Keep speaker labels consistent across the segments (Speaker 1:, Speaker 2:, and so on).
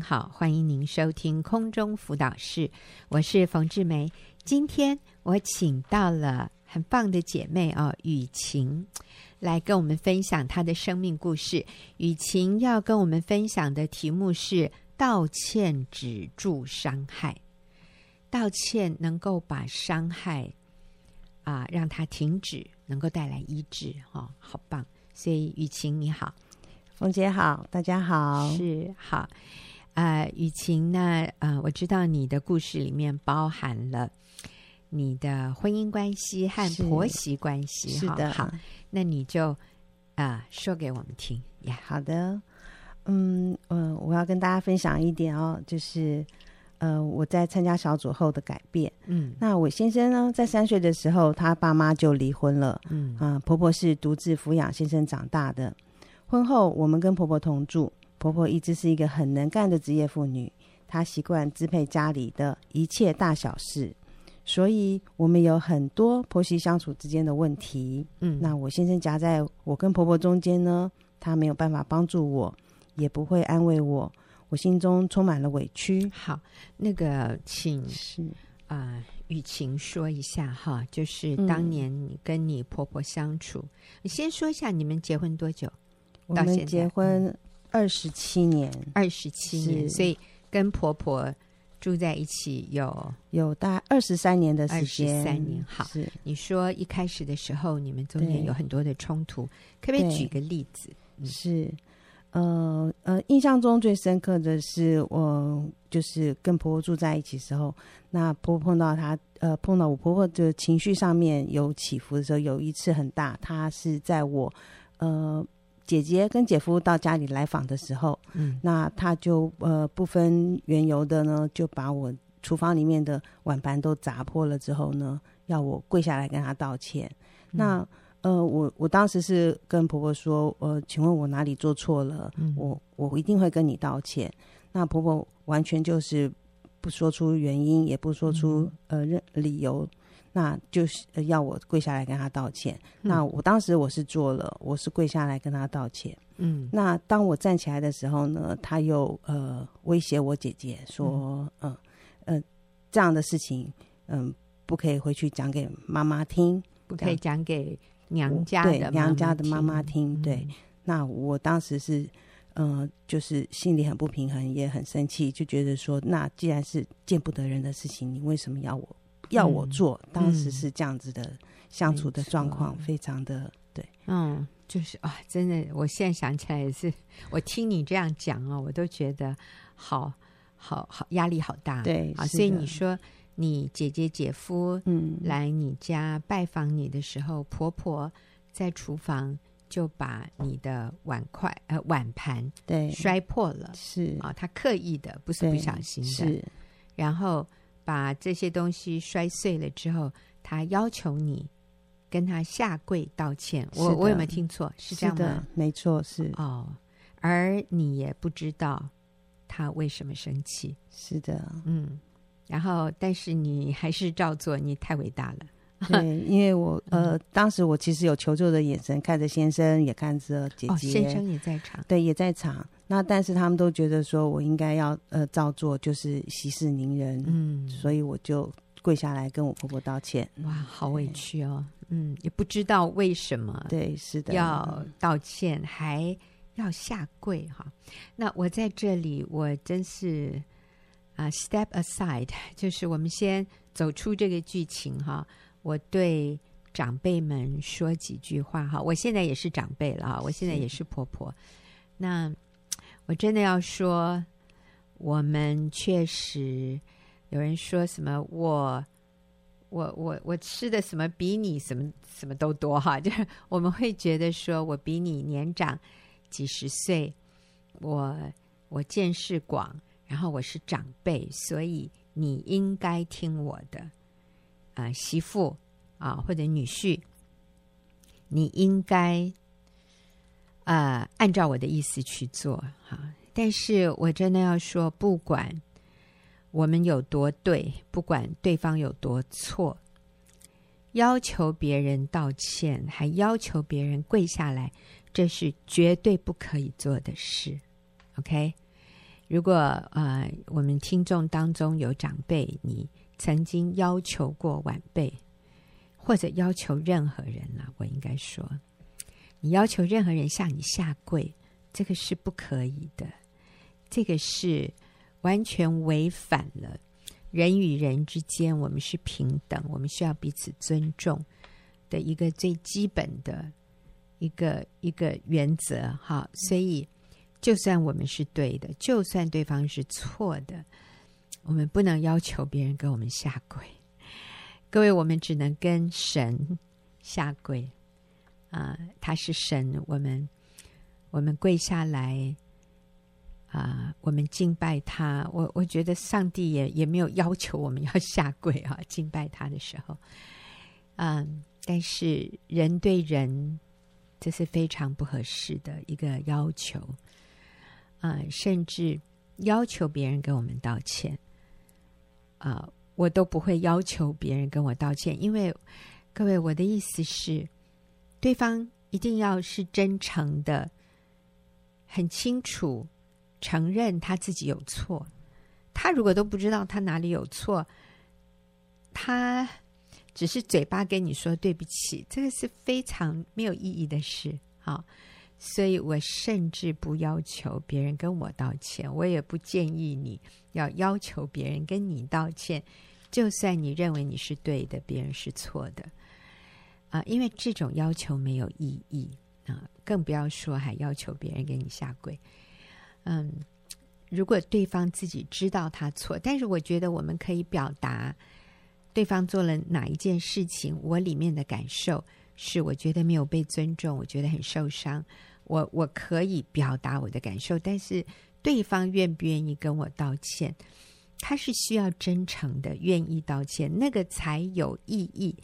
Speaker 1: 好，欢迎您收听空中辅导室，我是冯志梅。今天我请到了很棒的姐妹哦，雨晴来跟我们分享她的生命故事。雨晴要跟我们分享的题目是“道歉止住伤害”，道歉能够把伤害啊、让它停止，能够带来医治哦，好棒！所以雨晴你好。
Speaker 2: 冯姐好，大家好。
Speaker 1: 是好，呃，雨晴呢，呃，我知道你的故事里面包含了你的婚姻关系和
Speaker 2: 是
Speaker 1: 婆媳关系，
Speaker 2: 是
Speaker 1: 哈
Speaker 2: 的，嗯
Speaker 1: 好，那你就啊、呃说给我们听呀，
Speaker 2: 好的。嗯嗯、呃我要跟大家分享一点哦，就是呃，我在参加小组后的改变。
Speaker 1: 嗯
Speaker 2: 那我先生呢，在三岁的时候，他爸妈就离婚了。
Speaker 1: 嗯
Speaker 2: 啊、婆婆是独自抚养先生长大的。婚后，我们跟婆婆同住，婆婆一直是一个很能干的职业妇女，她习惯支配家里的一切大小事，所以我们有很多婆媳相处之间的问题。
Speaker 1: 嗯，
Speaker 2: 那我先生夹在我跟婆婆中间呢，他没有办法帮助我，也不会安慰我，我心中充满了委屈。
Speaker 1: 好，那个请
Speaker 2: 是，
Speaker 1: 啊、雨晴说一下哈，就是
Speaker 2: 嗯
Speaker 1: 当年你跟你婆婆相处，你先说一下你们结婚多久？
Speaker 2: 我
Speaker 1: 到现在嗯
Speaker 2: 们结婚二十七年，
Speaker 1: 二十七年，
Speaker 2: 是
Speaker 1: 所以跟婆婆住在一起有。
Speaker 2: 有大二十三年的时间，
Speaker 1: 23年好
Speaker 2: 是
Speaker 1: 你说一开始的时候，你们中间
Speaker 2: 对
Speaker 1: 有很多的冲突，可不可以
Speaker 2: 对
Speaker 1: 举个例子？嗯
Speaker 2: 是。呃呃，印象中最深刻的是我就是跟婆婆住在一起时候，那婆婆碰到她呃碰到我婆婆就情绪上面有起伏的时候，有一次很大，她是在我呃姐姐跟姐夫到家里来访的时候，
Speaker 1: 嗯
Speaker 2: 那他就呃不分缘由的呢，就把我厨房里面的碗盘都砸破了之后呢，要我跪下来跟他道歉。那呃，我我当时是跟婆婆说，呃，请问我哪里做错了？
Speaker 1: 嗯
Speaker 2: 我我一定会跟你道歉。那婆婆完全就是不说出原因，也不说出、呃任理由，那就是、呃要我跪下来跟她道歉。那我当时我是做了，我是跪下来跟她道歉。
Speaker 1: 嗯
Speaker 2: 那当我站起来的时候呢，他又呃威胁我姐姐说，嗯呃这样的事情，嗯、不可以回去讲给妈妈听，
Speaker 1: 不可以讲给娘
Speaker 2: 我
Speaker 1: 家
Speaker 2: 对
Speaker 1: 的
Speaker 2: 娘家的妈妈听。
Speaker 1: 听嗯
Speaker 2: 对，，那我当时是，呃，就是心里很不平衡，也很生气，就觉得说，那既然是见不得人的事情，你为什么要我要我
Speaker 1: 嗯
Speaker 2: 做？当时
Speaker 1: 嗯
Speaker 2: 是这样子的相处的
Speaker 1: 没错
Speaker 2: 状况，非常的对，
Speaker 1: 嗯，就是啊、真的，我现在想起来也是，我听你这样讲哦，我都觉得好好好，压力好大。
Speaker 2: 对
Speaker 1: 啊，
Speaker 2: 是
Speaker 1: 所以
Speaker 2: 的
Speaker 1: 你说你姐姐姐夫
Speaker 2: 嗯，
Speaker 1: 来你家拜访你的时候，婆婆在厨房就把你的碗筷呃碗盘
Speaker 2: 对，
Speaker 1: 摔破了
Speaker 2: 是
Speaker 1: 啊，她刻意的，不是
Speaker 2: 对
Speaker 1: 不小心的。
Speaker 2: 是
Speaker 1: 然后把这些东西摔碎了之后，她要求你跟她下跪道歉。我
Speaker 2: 是的
Speaker 1: 我有没有听错？是这样
Speaker 2: 的
Speaker 1: 吗？，
Speaker 2: 没错，是
Speaker 1: 哦，而你也不知道她为什么生气，
Speaker 2: 是的，
Speaker 1: 嗯。然后，但是你还是照做，你太伟大了。
Speaker 2: 对，因为我
Speaker 1: 嗯
Speaker 2: 呃，当时我其实有求救的眼神看着先生，也看着姐
Speaker 1: 哦，
Speaker 2: 姐，
Speaker 1: 先生也在场。
Speaker 2: 对，也在场。那但是他们都觉得说我应该要呃照做，就是息事宁人，
Speaker 1: 嗯，
Speaker 2: 所以我就跪下来跟我婆婆道歉。
Speaker 1: 哇，好委
Speaker 2: 对
Speaker 1: 屈哦。嗯，也不知道为什么
Speaker 2: 对，是的，
Speaker 1: 要道歉，还要下跪哈。那我在这里，我真是啊、s t e p aside，就是我们先走出这个剧情哈。我对长辈们说几句话哈。我现在也是长辈了啊，我现在
Speaker 2: 是
Speaker 1: 也是婆婆。那我真的要说，我们确实有人说什么我。我我我吃的什么比你什么什么都多哈， 就是我们会觉得说我比你年长几十岁，我我见识广，然后我是长辈，所以你应该听我的。啊、媳妇啊、或者女婿，你应该呃按照我的意思去做哈、但是我真的要说，不管我们有多对，不管对方有多错，要求别人道歉，还要求别人跪下来，这是绝对不可以做的事。OK，如果呃，我们听众当中有长辈，你曾经要求过晚辈，或者要求任何人啦、我应该说，你要求任何人啊向你下跪，这个是不可以的，这个是完全违反了人与人之间我们是平等，我们需要彼此尊重的一个最基本的一个一个原则哈。所以，就算我们是对的，就算对方是错的，我们不能要求别人跟我们下跪。各位，我们只能跟神下跪啊、他是神，我们我们跪下来啊、我们敬拜他。我我觉得上帝也也没有要求我们要下跪啊，敬拜他的时候，嗯、但是人对人这是非常不合适的一个要求啊、甚至要求别人跟我们道歉啊、我都不会要求别人跟我道歉，因为各位，我的意思是，对方一定要是真诚的，很清楚承认他自己有错。他如果都不知道他哪里有错，他只是嘴巴跟你说对不起，这个是非常没有意义的事。好，所以我甚至不要求别人跟我道歉，我也不建议你要要求别人跟你道歉，就算你认为你是对的，别人是错的。啊、因为这种要求没有意义啊、更不要说还要求别人给你下跪。嗯，如果对方自己知道他错，但是我觉得我们可以表达对方做了哪一件事情，我里面的感受是我觉得没有被尊重，我觉得很受伤。我我可以表达我的感受，但是对方愿不愿意跟我道歉，他是需要真诚的，愿意道歉，那个才有意义。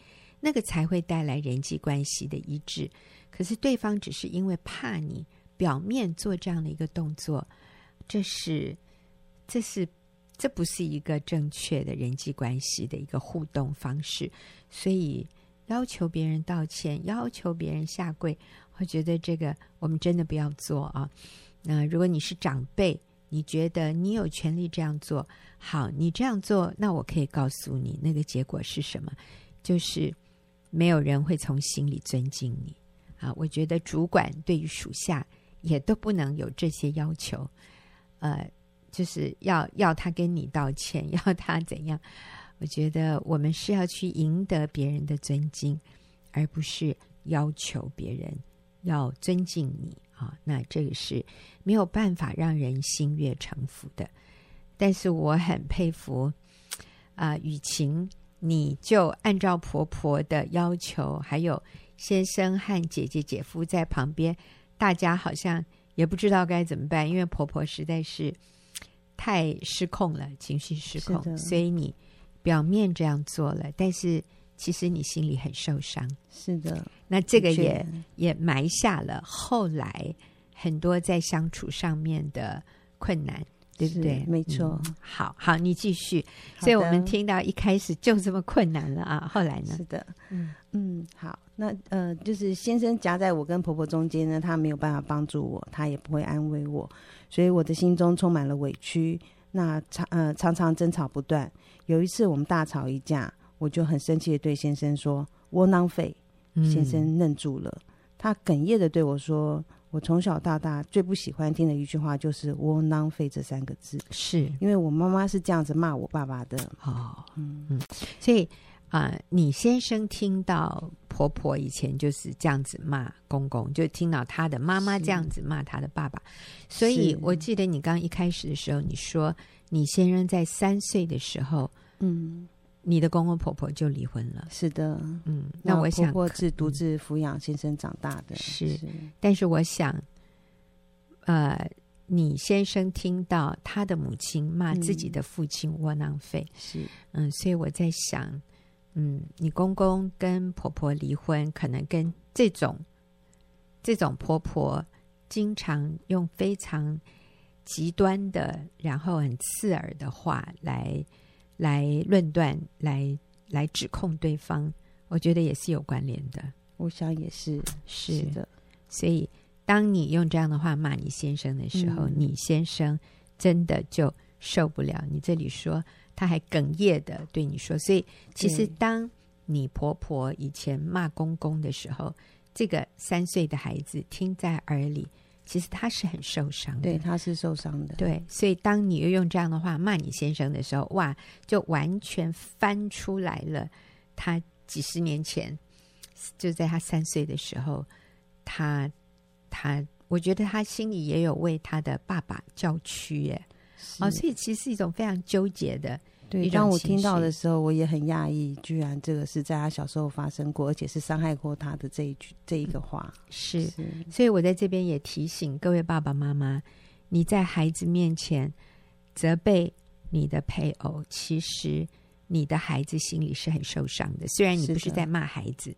Speaker 1: 那个才会带来人际关系的一致。可是对方只是因为怕你，表面做这样的一个动作，这是，这是，这不是一个正确的人际关系的一个互动方式。所以要求别人道歉，要求别人下跪，我觉得这个我们真的不要做啊。那如果你是长辈，你觉得你有权利这样做，好，你这样做，那我可以告诉你那个结果是什么，就是没有人会从心里尊敬你啊！我觉得主管对于属下也都不能有这些要求，呃，就是要要他跟你道歉， 要他怎样？我觉得我们是要去赢得别人的尊敬，而不是要求别人要尊敬你啊！那这个是没有办法让人心悦诚服的。但是我很佩服啊、雨晴你就按照婆婆的要求，还有先生和姐姐、姐夫在旁边，大家好像也不知道该怎么办，因为婆婆实在是太失控了，情绪失
Speaker 3: 是
Speaker 1: 控，
Speaker 3: 的
Speaker 1: 所以你表面这样做了，但是其实你心里很受伤。
Speaker 3: 是的，
Speaker 1: 那这个
Speaker 3: 的确
Speaker 1: 也也埋下了后来很多在相处上面的困难，对不
Speaker 3: 是
Speaker 1: 对？
Speaker 3: 没错
Speaker 1: 嗯好好，你继续。
Speaker 3: 好
Speaker 1: 所以我
Speaker 3: 的
Speaker 1: 们听到一开始就这么困难了啊，后来呢
Speaker 3: 是？的，
Speaker 1: 嗯
Speaker 3: 嗯，好，那呃，就是先生夹在我跟婆婆中间呢，他没有办法帮助我，他也不会安慰我，所以我的心中充满了委屈。那常呃常常争吵不断。有一次我们大吵一架，我就很生气的对先生说：“窝囊废！”
Speaker 1: 嗯
Speaker 3: 先生愣住了，他哽咽的对我说：“我从小到大最不喜欢听的一句话就是‘窝囊废’这三个字，
Speaker 1: 是
Speaker 3: 因为我妈妈是这样子骂我爸爸的。
Speaker 1: 哦，嗯，所以啊、呃你先生听到婆婆以前就是这样子骂公公，就听到他的妈妈
Speaker 3: 是
Speaker 1: 这样子骂他的爸爸，所以
Speaker 3: 是
Speaker 1: 我记得你刚一开始的时候，你说你先生在三岁的时候，
Speaker 3: 嗯，
Speaker 1: 你的公公婆婆就离婚了。
Speaker 3: 是的。
Speaker 1: 嗯，那我想，嗯
Speaker 3: 婆婆是独自抚养先生长大的，
Speaker 1: 是但是我想，呃，你先生听到他的母亲骂自
Speaker 3: 嗯
Speaker 1: 己的父亲窝囊废，
Speaker 3: 是
Speaker 1: 嗯，所以我在想，嗯，你公公跟婆婆离婚，可能跟这种这种婆婆经常用非常极端的，然后很刺耳的话来来论断，来来指控对方，我觉得也是有关联的。
Speaker 3: 我想也是，
Speaker 1: 是
Speaker 3: 的，
Speaker 1: 所以当你用这样的话骂你先生的时候，
Speaker 3: 嗯
Speaker 1: 你先生真的就受不了。你这里说她还哽咽的对你说，所以其实
Speaker 2: 对
Speaker 1: 当你婆婆以前骂公公的时候，这个三岁的孩子听在耳里，其实他是很受伤的。
Speaker 2: 对，他是受伤的，
Speaker 1: 嗯对，所以当你又用这样的话骂你先生的时候，哇，就完全翻出来了。他几十年前，就在他三岁的时候，他他，我觉得他心里也有为他的爸爸叫屈耶。
Speaker 2: 是
Speaker 1: 哦，所以其实是一种非常纠结的。一
Speaker 2: 对，
Speaker 1: 种
Speaker 2: 当我
Speaker 1: 情
Speaker 2: 听到
Speaker 1: 绪
Speaker 2: 的时候，我也很讶异，居然这个是在他小时候发生过，而且是伤害过他的这一句这一个话。
Speaker 1: 嗯是，所以我在这边也提醒各位爸爸妈妈，你在孩子面前责备你的配偶，其实你的孩子心里是很受伤的。虽然你
Speaker 2: 是
Speaker 1: 不是
Speaker 2: 的
Speaker 1: 在骂孩子，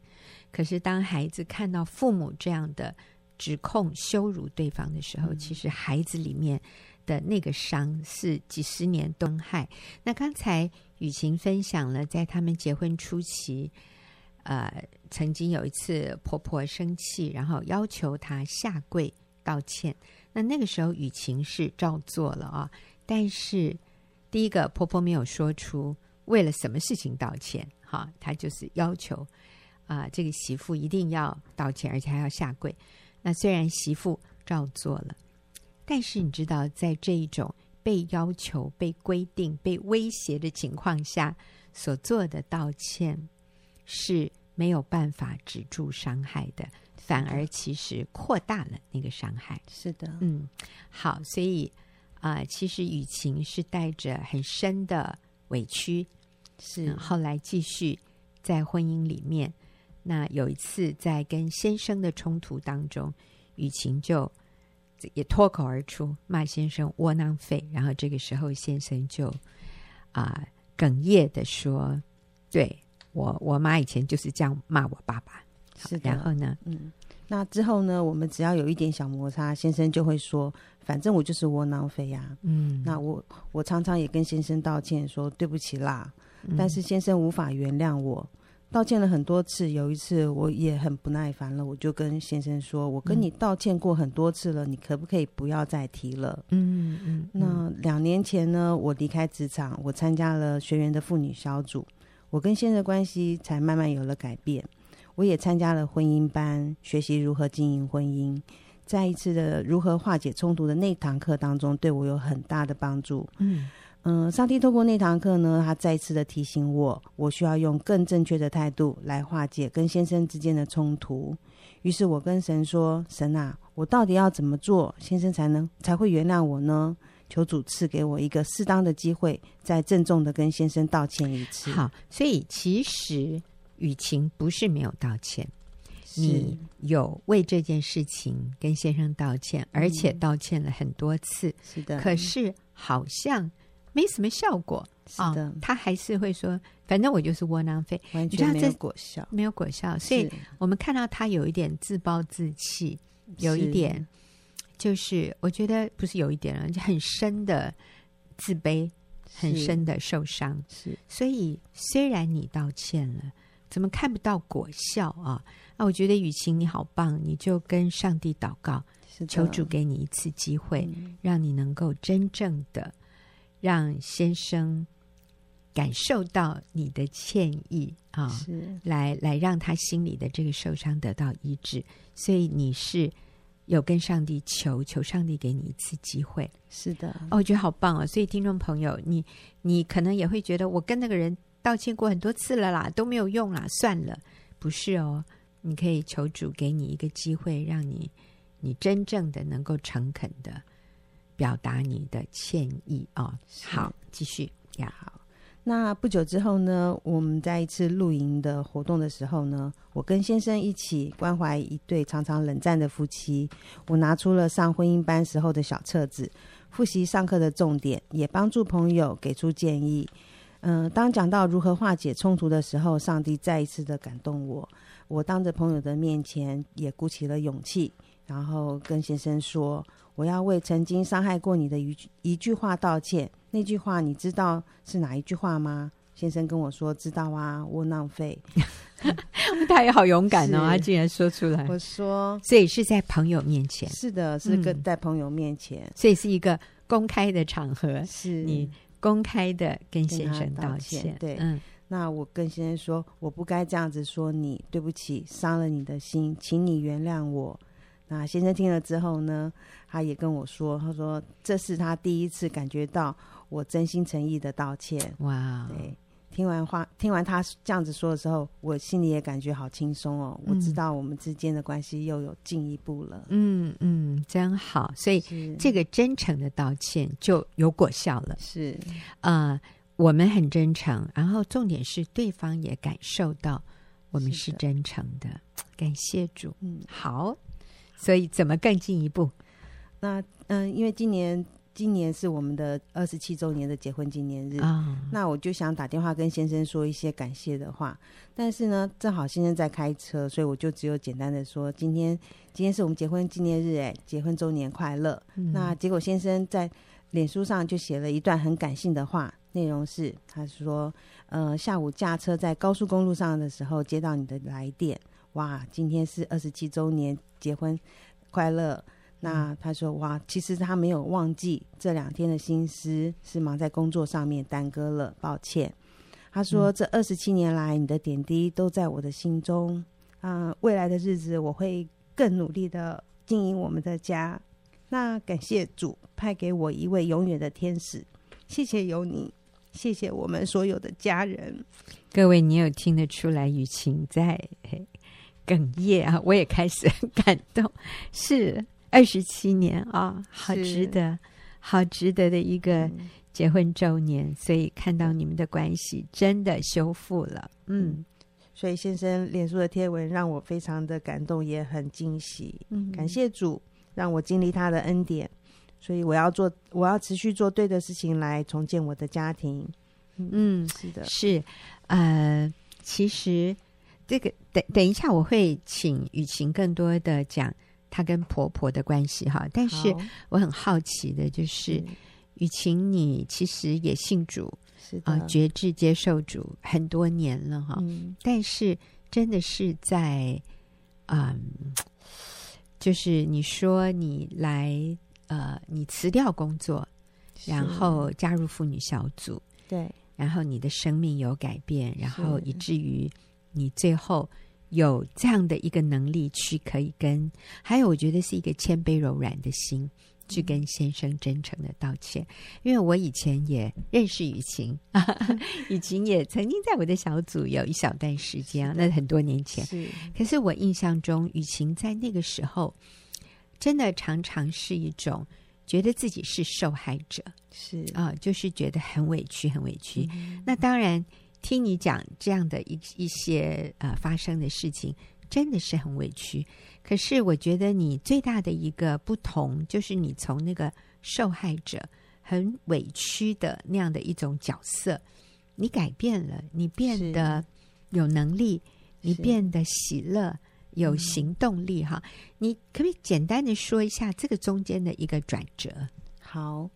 Speaker 1: 可是当孩子看到父母这样的指控、羞辱对方的时候，其实孩子里面的那个伤是几十年冬害。那刚才雨晴分享了，在他们结婚初期，呃，曾经有一次婆婆生气，然后要求她下跪道歉。那那个时候雨晴是照做了啊、但是第一个婆婆没有说出为了什么事情道歉，哈，她就是要求啊、这个媳妇一定要道歉，而且还要下跪。那虽然媳妇照做了，但是你知道，在这一种被要求、被规定、被威胁的情况下所做的道歉是没有办法止住伤害的，反而其实扩大了那个伤害。
Speaker 2: 是的，
Speaker 1: 嗯，好，所以啊、其实雨晴是带着很深的委屈，
Speaker 2: 是
Speaker 1: 嗯后来继续在婚姻里面，那有一次在跟先生的冲突当中，雨晴就也脱口而出骂先生窝囊废，然后这个时候先生就啊、哽咽的说：“对我，我妈以前就是这样骂我爸爸。”
Speaker 2: 是的。
Speaker 1: 然后呢，
Speaker 2: 嗯，那之后呢，我们只要有一点小摩擦，先生就会说：“反正我就是窝囊废呀、
Speaker 1: 嗯，
Speaker 2: 那我我常常也跟先生道歉说对不起啦，
Speaker 1: 嗯
Speaker 2: 但是先生无法原谅我。道歉了很多次，有一次我也很不耐烦了，我就跟先生说：“我跟你道歉过很多次了，你可不可以不要再提了？”
Speaker 1: 嗯嗯，嗯
Speaker 2: 那两年前呢，我离开职场，我参加了学员的妇女小组，我跟先生的关系才慢慢有了改变。我也参加了婚姻班，学习如何经营婚姻。在一次的如何化解冲突的那堂课当中，对我有很大的帮助。
Speaker 1: 嗯
Speaker 2: 嗯，上帝透过那堂课呢，他再一次的提醒我，我需要用更正确的态度来化解跟先生之间的冲突。于是我跟神说：“神啊，我到底要怎么做，先生才能才会原谅我呢？求主赐给我一个适当的机会，再郑重的跟先生道歉一次。”，
Speaker 1: 好，所以其实雨晴不是没有道歉。
Speaker 2: 嗯
Speaker 1: 你有为这件事情跟先生道歉，
Speaker 2: 嗯
Speaker 1: 而且道歉了很多次，
Speaker 2: 是的，
Speaker 1: 可是好像没什么效果
Speaker 2: 是
Speaker 1: 啊、
Speaker 2: 的，
Speaker 1: 他还是会说，反正我就是窝囊废，
Speaker 2: 完
Speaker 1: 你知道
Speaker 2: 全没
Speaker 1: 这
Speaker 2: 有果效。
Speaker 1: 没有果效。所以
Speaker 2: 是
Speaker 1: 我们看到他有一点自暴自弃，有一
Speaker 2: 是
Speaker 1: 点就是我觉得不是有一点啊，就很深的自卑，很
Speaker 2: 是
Speaker 1: 深的受伤。
Speaker 2: 是
Speaker 1: 所以虽然你道歉了，怎么看不到果效啊？啊，我觉得雨晴你好棒，你就跟上帝祷告，
Speaker 2: 是的嗯
Speaker 1: 求主给你一次机会，让你能够真正的让先生感受到你的歉意啊。
Speaker 2: 是
Speaker 1: 来来让他心里的这个受伤得到医治。所以你是有跟上帝求，求上帝给你一次机会。
Speaker 2: 是的，
Speaker 1: 哦，我觉得好棒哦！所以听众朋友，你你可能也会觉得我跟那个人道歉过很多次了啦，都没有用啦，算了，不是哦。你可以求主给你一个机会，让你你真正的能够诚恳的表达你的歉意哦。
Speaker 2: 是
Speaker 1: 好，继续呀，
Speaker 2: 好，那不久之后呢，我们在一次露营的活动的时候呢，我跟先生一起关怀一对常常冷战的夫妻。我拿出了上婚姻班时候的小册子，复习上课的重点，也帮助朋友给出建议。嗯、当讲到如何化解冲突的时候，上帝再一次的感动我。我当着朋友的面前，也鼓起了勇气，然后跟先生说：“我要为曾经伤害过你的一句一句话道歉。那句话你知道是哪一句话吗？先生跟我说知道啊，窝囊废。
Speaker 1: 他也好勇
Speaker 2: 敢哦他
Speaker 1: 竟然说出来
Speaker 2: 我说
Speaker 1: 所以是在朋友面前，
Speaker 2: 是的，是
Speaker 1: 嗯
Speaker 2: 跟在朋友面前，
Speaker 1: 所以是一个公开的场合，
Speaker 2: 是
Speaker 1: 你公开的跟先生
Speaker 2: 跟他道
Speaker 1: 歉，
Speaker 2: 歉对
Speaker 1: 嗯
Speaker 2: 那我跟先生说，我不该这样子说你，对不起，伤了你的心，请你原谅我。那先生听了之后呢，他也跟我说，他说这是他第一次感觉到我真心诚意的道歉。
Speaker 1: 哇，哦
Speaker 2: 对，听完话，听完他这样子说的时候，我心里也感觉好轻松哦。我知
Speaker 1: 嗯
Speaker 2: 道我们之间的关系又有进一步了。
Speaker 1: 嗯嗯，真好，所以
Speaker 2: 是
Speaker 1: 这个真诚的道歉就有果效了。
Speaker 2: 是嗯
Speaker 1: 呃，我们很真诚，然后重点是对方也感受到我们
Speaker 2: 是
Speaker 1: 是
Speaker 2: 的
Speaker 1: 真诚的，感谢主。
Speaker 2: 嗯，
Speaker 1: 好，所以怎么更进一步？
Speaker 2: 那嗯，因为今年今年是我们的二十七周年的结婚纪念日
Speaker 1: 啊、
Speaker 2: 那我就想打电话跟先生说一些感谢的话，但是呢，正好先生在开车，所以我就只有简单的说，今天今天是我们结婚纪念日，哎，结婚周年快乐。
Speaker 1: 嗯
Speaker 2: 那结果先生在脸书上就写了一段很感性的话，内容是他说，呃，下午驾车在高速公路上的时候接到你的来电，哇，今天是二十七周年，结婚快乐。那他说哇，其实他没有忘记这两天的心思是忙在工作上面耽搁了，抱歉。他说、这二十七年来你的点滴都在我的心中，啊、未来的日子我会更努力的经营我们的家。那感谢主派给我一位永远的天使，谢谢有你，谢谢我们所有的家人。
Speaker 1: 各位，你有听得出来雨晴在嘿哽咽啊？我也开始很感动，是二十七年啊、好
Speaker 2: 是
Speaker 1: 值得，好值得的一个
Speaker 2: 嗯
Speaker 1: 结婚周年。所以看到你们的关系真的修复了，嗯
Speaker 2: 所以先生脸书的贴文让我非常的感动，也很惊喜。
Speaker 1: 嗯，
Speaker 2: 感谢主让我经历他的恩典，所以我要做，我要持续做对的事情来重建我的家庭。
Speaker 1: 嗯。
Speaker 2: 是的，
Speaker 1: 是，呃，其实这个等等一下我会请雨晴更多的讲她跟婆婆的关系哈。但是
Speaker 2: 好
Speaker 1: 我很好奇的就是，
Speaker 2: 嗯
Speaker 1: 雨晴你其实也信主
Speaker 2: 是
Speaker 1: 啊、
Speaker 2: 的，
Speaker 1: 觉志接受主很多年了哈，
Speaker 2: 嗯
Speaker 1: 但是真的是在，嗯，就是你说你来。呃，你辞掉工作，然
Speaker 2: 是
Speaker 1: 后加入妇女小组，
Speaker 2: 对
Speaker 1: 然后你的生命有改变，然后
Speaker 2: 是
Speaker 1: 以至于你最后有这样的一个能力去可以跟，还有我觉得是一个谦卑柔软的心。去
Speaker 2: 嗯
Speaker 1: 跟先生真诚的道歉，因为我以前也认识雨晴， 雨晴也曾经在我的小组有一小段时间啊，
Speaker 2: 是的
Speaker 1: 那很多年前。
Speaker 2: 是
Speaker 1: 可是我印象中，雨晴在那个时候，真的常常是一种觉得自己是受害者，
Speaker 2: 是嗯
Speaker 1: 啊、就是觉得很委屈，很委屈。那当然，听你讲这样的一一些呃发生的事情，真的是很委屈。可是我觉得你最大的一个不同，就是你从那个受害者很委屈的那样的一种角色，你改变了，你变
Speaker 2: 是
Speaker 1: 得有能力，你
Speaker 2: 是
Speaker 1: 变得喜乐。有行动力哈，你可不可以简单的说一下这个中间的一个转折？
Speaker 2: 好，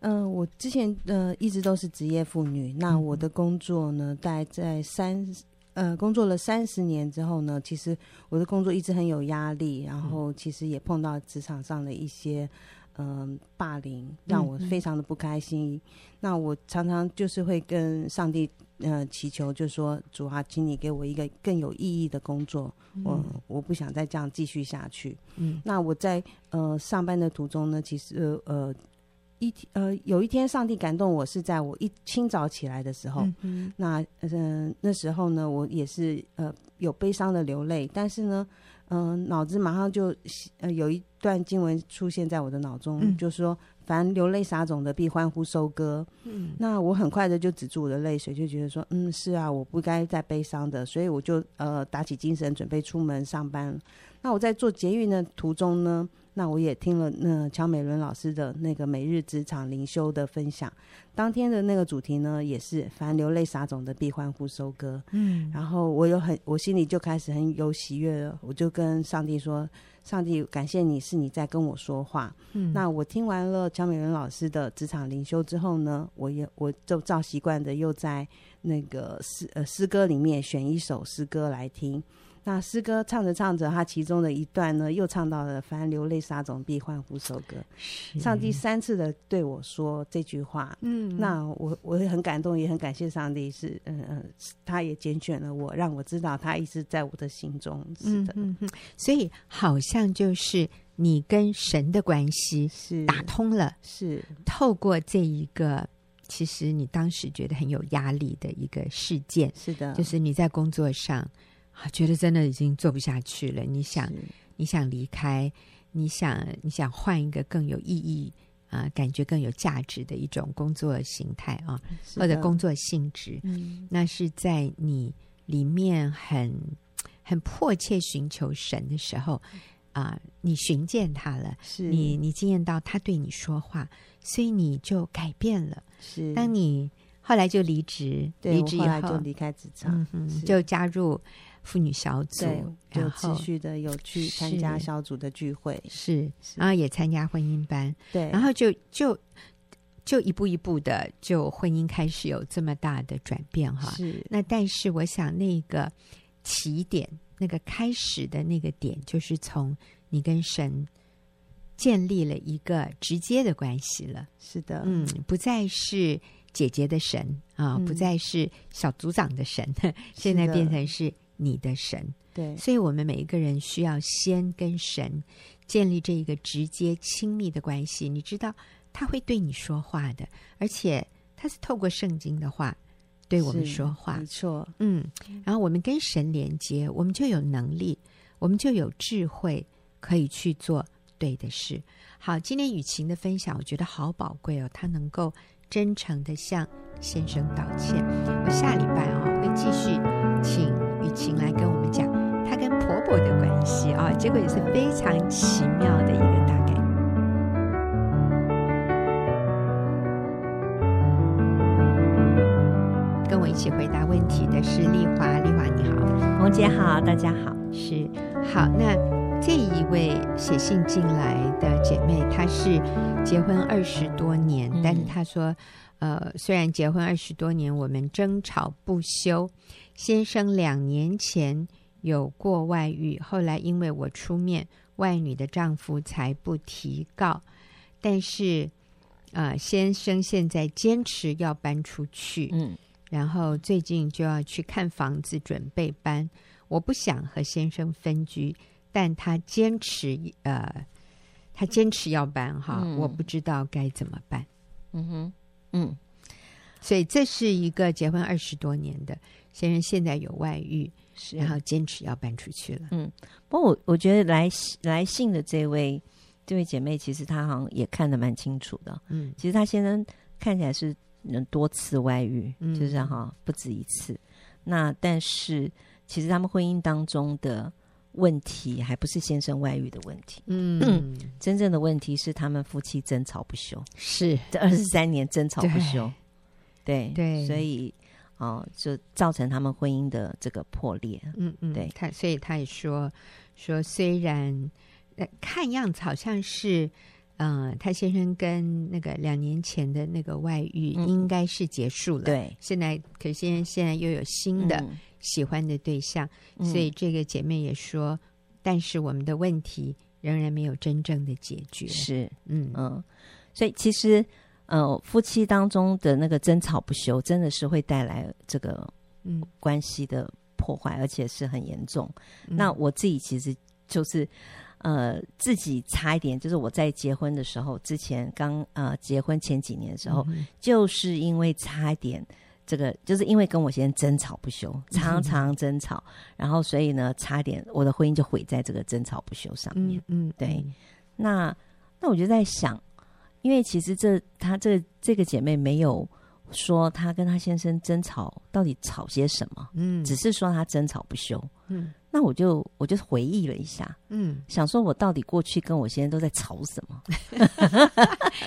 Speaker 2: 嗯、我之前呃一直都是职业妇女，那
Speaker 1: 嗯
Speaker 2: 我的工作呢，大概在三呃工作了三十年之后呢，其实我的工作一直很有压力，
Speaker 1: 嗯
Speaker 2: 然后其实也碰到职场上的一些。嗯，霸凌让我
Speaker 1: 嗯嗯
Speaker 2: 非常的不开心。那我常常就是会跟上帝，呃，祈求，就说主啊，请你给我一个更有意义的工作。我我不想再这样继续下去。
Speaker 1: 嗯
Speaker 2: 那我在呃上班的途中呢，其实呃呃一天呃有一天上帝感动我是在我一清早起来的时候，
Speaker 1: 嗯嗯
Speaker 2: 那哦嗯、那时候呢我也是呃有悲伤的流泪，但是呢嗯、呃脑子马上就呃有一段经文出现在我的脑中，
Speaker 1: 嗯
Speaker 2: 就说凡流泪撒种的必欢呼收割。
Speaker 1: 嗯
Speaker 2: 那我很快的就止住我的泪水，就觉得说，嗯，是啊，我不该再悲伤的，所以我就呃打起精神准备出门上班。那我在做捷运的途中呢，那我也听了那、乔美伦老师的那个每日职场灵修的分享，当天的那个主题呢也是“凡流泪撒种的必欢呼收割”，
Speaker 1: 嗯
Speaker 2: 然后我有很，我心里就开始很有喜悦了，我就跟上帝说：“上帝，感谢你是你在跟我说话。”
Speaker 1: 嗯
Speaker 2: 那我听完了乔美伦老师的职场灵修之后呢，我也我就照习惯的又在那个诗呃诗歌里面选一首诗歌来听。
Speaker 3: 那诗歌唱着唱着，他其中的一段呢，又唱到了“凡流泪撒种，必欢呼”首歌，上帝三次的对我说这句话。
Speaker 1: 嗯，
Speaker 3: 那我我也很感动，也很感谢上帝是，嗯嗯，是他也拣选了我，让我知道他一直在我的心中。是
Speaker 1: 嗯
Speaker 3: 的，
Speaker 1: 嗯嗯，所以好像就是你跟神的关系
Speaker 3: 是
Speaker 1: 嗯打通了，
Speaker 3: 是
Speaker 1: 透过这一个，其实你当时觉得很有压力的一个事件，
Speaker 3: 是的，
Speaker 1: 就是你在工作上啊，觉得真的已经做不下去了，你想
Speaker 3: 是
Speaker 1: 你想离开，你想你想换一个更有意义啊、感觉更有价值的一种工作形态啊，
Speaker 3: 是
Speaker 1: 或者
Speaker 3: 的
Speaker 1: 工作性质，
Speaker 3: 嗯
Speaker 1: 那是在你里面很很迫切寻求神的时候啊、你寻见他了，
Speaker 3: 是
Speaker 1: 你你经验到他对你说话，所以你就改变了。
Speaker 3: 是
Speaker 1: 当你后来就离职，
Speaker 3: 对
Speaker 1: 离
Speaker 3: 我
Speaker 1: 职
Speaker 3: 后
Speaker 1: 以
Speaker 3: 来就
Speaker 1: 后，
Speaker 3: 离开职场，
Speaker 1: 嗯哼，
Speaker 3: 是
Speaker 1: 就加入妇女小组
Speaker 3: 对，，就
Speaker 1: 然
Speaker 3: 持
Speaker 1: 后
Speaker 3: 续的有去参加
Speaker 1: 是
Speaker 3: 小组的聚会，
Speaker 1: 是，
Speaker 3: 是
Speaker 1: 然后也参加婚姻班，
Speaker 3: 对，
Speaker 1: 然后就就。就一步一步的，就婚姻开始有这么大的转变哈。
Speaker 3: 是
Speaker 1: 那但是我想，那个起点，那个开始的那个点，就是从你跟神建立了一个直接的关系了。
Speaker 3: 是的，
Speaker 1: 嗯，不再是姐姐的神啊，
Speaker 3: 嗯
Speaker 1: 不再是小组长的神， 现在
Speaker 3: 是的
Speaker 1: 变成是你的神。
Speaker 3: 对，
Speaker 1: 所以，我们每一个人需要先跟神建立这一个直接亲密的关系。你知道，他会对你说话的，而且他是透过圣经的话对我们
Speaker 3: 是
Speaker 1: 说话
Speaker 3: 没。错，
Speaker 1: 嗯，然后我们跟神连接，我们就有能力，我们就有智慧，可以去做对的事。好，今天雨晴的分享，我觉得好宝贵哦，她能够真诚的向先生道歉。我下礼拜哦会继续请雨晴来跟我们讲她跟婆婆的关系啊、结果也是非常奇妙的一个大概。跟我一起回答问题的是丽华，丽华你好。
Speaker 2: 红姐好，大家好。
Speaker 1: 是，好，那这一位写信进来的姐妹，她是结婚二十多年，
Speaker 2: 嗯
Speaker 1: 但是她说，呃，虽然结婚二十多年，我们争吵不休，先生两年前有过外遇，后来因为我出面，外女的丈夫才不提告，但是。呃，先生现在坚持要搬出去，
Speaker 2: 嗯，
Speaker 1: 然后最近就要去看房子，准备搬。我不想和先生分居，但他坚持，呃，他坚持要搬哈，
Speaker 2: 嗯
Speaker 1: 我不知道该怎么办。
Speaker 2: 嗯哼，嗯，
Speaker 1: 所以这是一个结婚二十多年的先生，现在有外遇，
Speaker 2: 是
Speaker 1: 然后坚持要搬出去了。
Speaker 2: 不过我我觉得来信来信的这位这位姐妹，其实她好像也看得蛮清楚的。
Speaker 1: 嗯
Speaker 2: 其实她先生看起来是嗯多次外遇，
Speaker 1: 嗯
Speaker 2: 就是哈不止一次。那但是其实他们婚姻当中的问题，还不是先生外遇的问题，
Speaker 1: 嗯，
Speaker 2: 真正的问题是他们夫妻争吵不休，
Speaker 1: 是
Speaker 2: 这二十三年争吵不休。对
Speaker 1: 对
Speaker 2: 所以哦、就造成他们婚姻的这个破裂。
Speaker 1: 嗯嗯，
Speaker 2: 对
Speaker 1: 他所以他也说说，虽然、呃、看样子好像是，嗯，他先生跟那个两年前的那个外遇
Speaker 2: 嗯
Speaker 1: 应该是结束了，
Speaker 2: 对，
Speaker 1: 现在可是先生现在又有新的
Speaker 2: 嗯
Speaker 1: 喜欢的对象，
Speaker 2: 嗯
Speaker 1: 所以这个姐妹也说，但是我们的问题仍然没有真正的解决，
Speaker 2: 是
Speaker 1: 嗯
Speaker 2: 嗯，所以其实呃，夫妻当中的那个争吵不休，真的是会带来这个
Speaker 1: 嗯，
Speaker 2: 关系的破坏，而且是很严重。
Speaker 1: 嗯
Speaker 2: 那我自己其实就是。呃，自己差一点，就是我在结婚的时候，之前刚呃结婚前几年的时候，
Speaker 1: 嗯
Speaker 2: 就是因为差一点，这个就是因为跟我先生争吵不休，
Speaker 1: 嗯
Speaker 2: 常常争吵，然后所以呢，差点我的婚姻就毁在这个争吵不休上面。
Speaker 1: 嗯嗯，
Speaker 2: 对那那我就在想，因为其实这她这个这个姐妹没有说她跟她先生争吵到底吵些什么，
Speaker 1: 嗯，
Speaker 2: 只是说她争吵不休。
Speaker 1: 嗯
Speaker 2: 那我就我就回忆了一下，
Speaker 1: 嗯，
Speaker 2: 想说我到底过去跟我先生都在吵什么？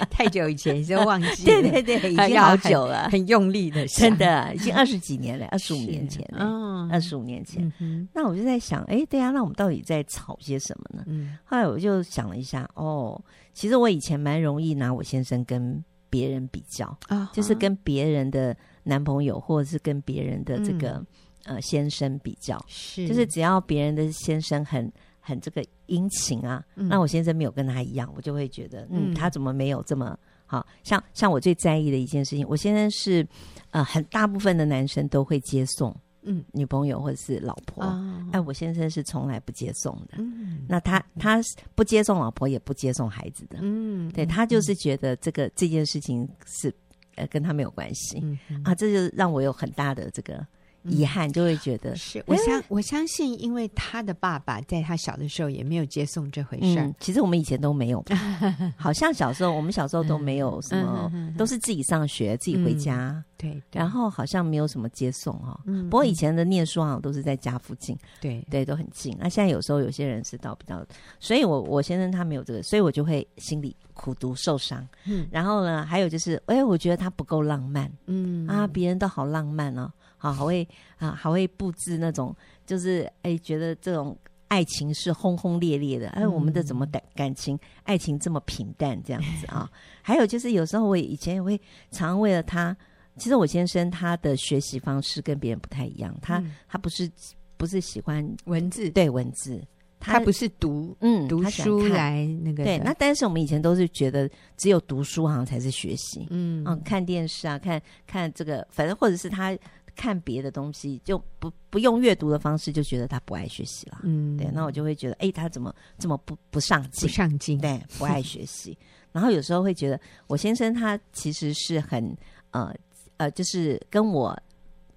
Speaker 1: 太久以前就忘记了，
Speaker 2: 对 对对，已
Speaker 1: 还
Speaker 2: 经
Speaker 1: 要
Speaker 2: 好
Speaker 1: 很
Speaker 2: 久了，
Speaker 1: 很用力的，
Speaker 2: 真 的已经二十几年了，二十五年前了。
Speaker 1: 嗯，
Speaker 2: 二十五年前。
Speaker 1: 嗯哼
Speaker 2: 那我就在想，哎，对呀、那我们到底在吵些什么呢？
Speaker 1: 嗯
Speaker 2: 后来我就想了一下，哦，其实我以前蛮容易拿我先生跟别人比较，
Speaker 1: 啊，嗯
Speaker 2: 就是跟别人的男朋友，或者是跟别人的这个、呃先生比较，
Speaker 1: 是
Speaker 2: 就是只要别人的先生很很这个殷勤啊，
Speaker 1: 嗯
Speaker 2: 那我先生没有跟他一样，我就会觉得，嗯，
Speaker 1: 嗯
Speaker 2: 他怎么没有这么好？像像我最在意的一件事情，我先生是呃，很大部分的男生都会接送
Speaker 1: 嗯
Speaker 2: 女朋友或者是老婆，
Speaker 1: 啊
Speaker 2: 哎，我先生是从来不接送的。
Speaker 1: 嗯
Speaker 2: 那他他不接送老婆，也不接送孩子的，
Speaker 1: 嗯
Speaker 2: 对他就是觉得这个这件事情是呃跟他没有关系、
Speaker 1: 嗯嗯
Speaker 2: 啊，这就让我有很大的这个遗憾，就会觉得
Speaker 1: 是我相我相信，因为他的爸爸在他小的时候也没有接送这回事儿
Speaker 2: 嗯，其实我们以前都没有吧， 好像小时候我们小时候都没有什么，
Speaker 1: 嗯
Speaker 2: 都是自己上学自己回家，
Speaker 1: 对，对
Speaker 2: 然后好像没有什么接送哈、哦。
Speaker 1: 嗯
Speaker 2: 不过以
Speaker 1: 嗯
Speaker 2: 前的念书好像都是在家附近，
Speaker 1: 对
Speaker 2: 对，都很近。那现在有时候有些人是到比较，所以我我先生他没有这个，所以我就会心里苦读受伤。
Speaker 1: 嗯
Speaker 2: 然后呢，还有就是，哎，我觉得他不够浪漫
Speaker 1: 嗯
Speaker 2: 啊，别人都好浪漫哦，好还会啊还会布置那种，就是哎觉得这种爱情是轰轰烈烈的，哎、
Speaker 1: 嗯
Speaker 2: 我们的怎么感感情爱情这么平淡这样子 啊？还有就是有时候我以前也会常为了他，其实我先生他的学习方式跟别人不太一样，他、
Speaker 1: 嗯
Speaker 2: 他不是不是喜欢
Speaker 1: 文字，
Speaker 2: 对文字，
Speaker 1: 他不是读
Speaker 2: 嗯
Speaker 1: 读
Speaker 2: 他喜欢
Speaker 1: 书
Speaker 2: 看
Speaker 1: 来那个
Speaker 2: 对，
Speaker 1: 的
Speaker 2: 那但是我们以前都是觉得只有读书好像才是学习，
Speaker 1: 嗯
Speaker 2: 嗯，看电视啊，看看这个，反正或者是他看别的东西，就不不用阅读的方式，就觉得他不爱学习了。
Speaker 1: 嗯
Speaker 2: 对，那我就会觉得，哎、他怎么这么不不上
Speaker 1: 不
Speaker 2: 进？
Speaker 1: 上进，
Speaker 2: 对，不爱学习。然后有时候会觉得，我先生他其实是很呃呃，就是跟我，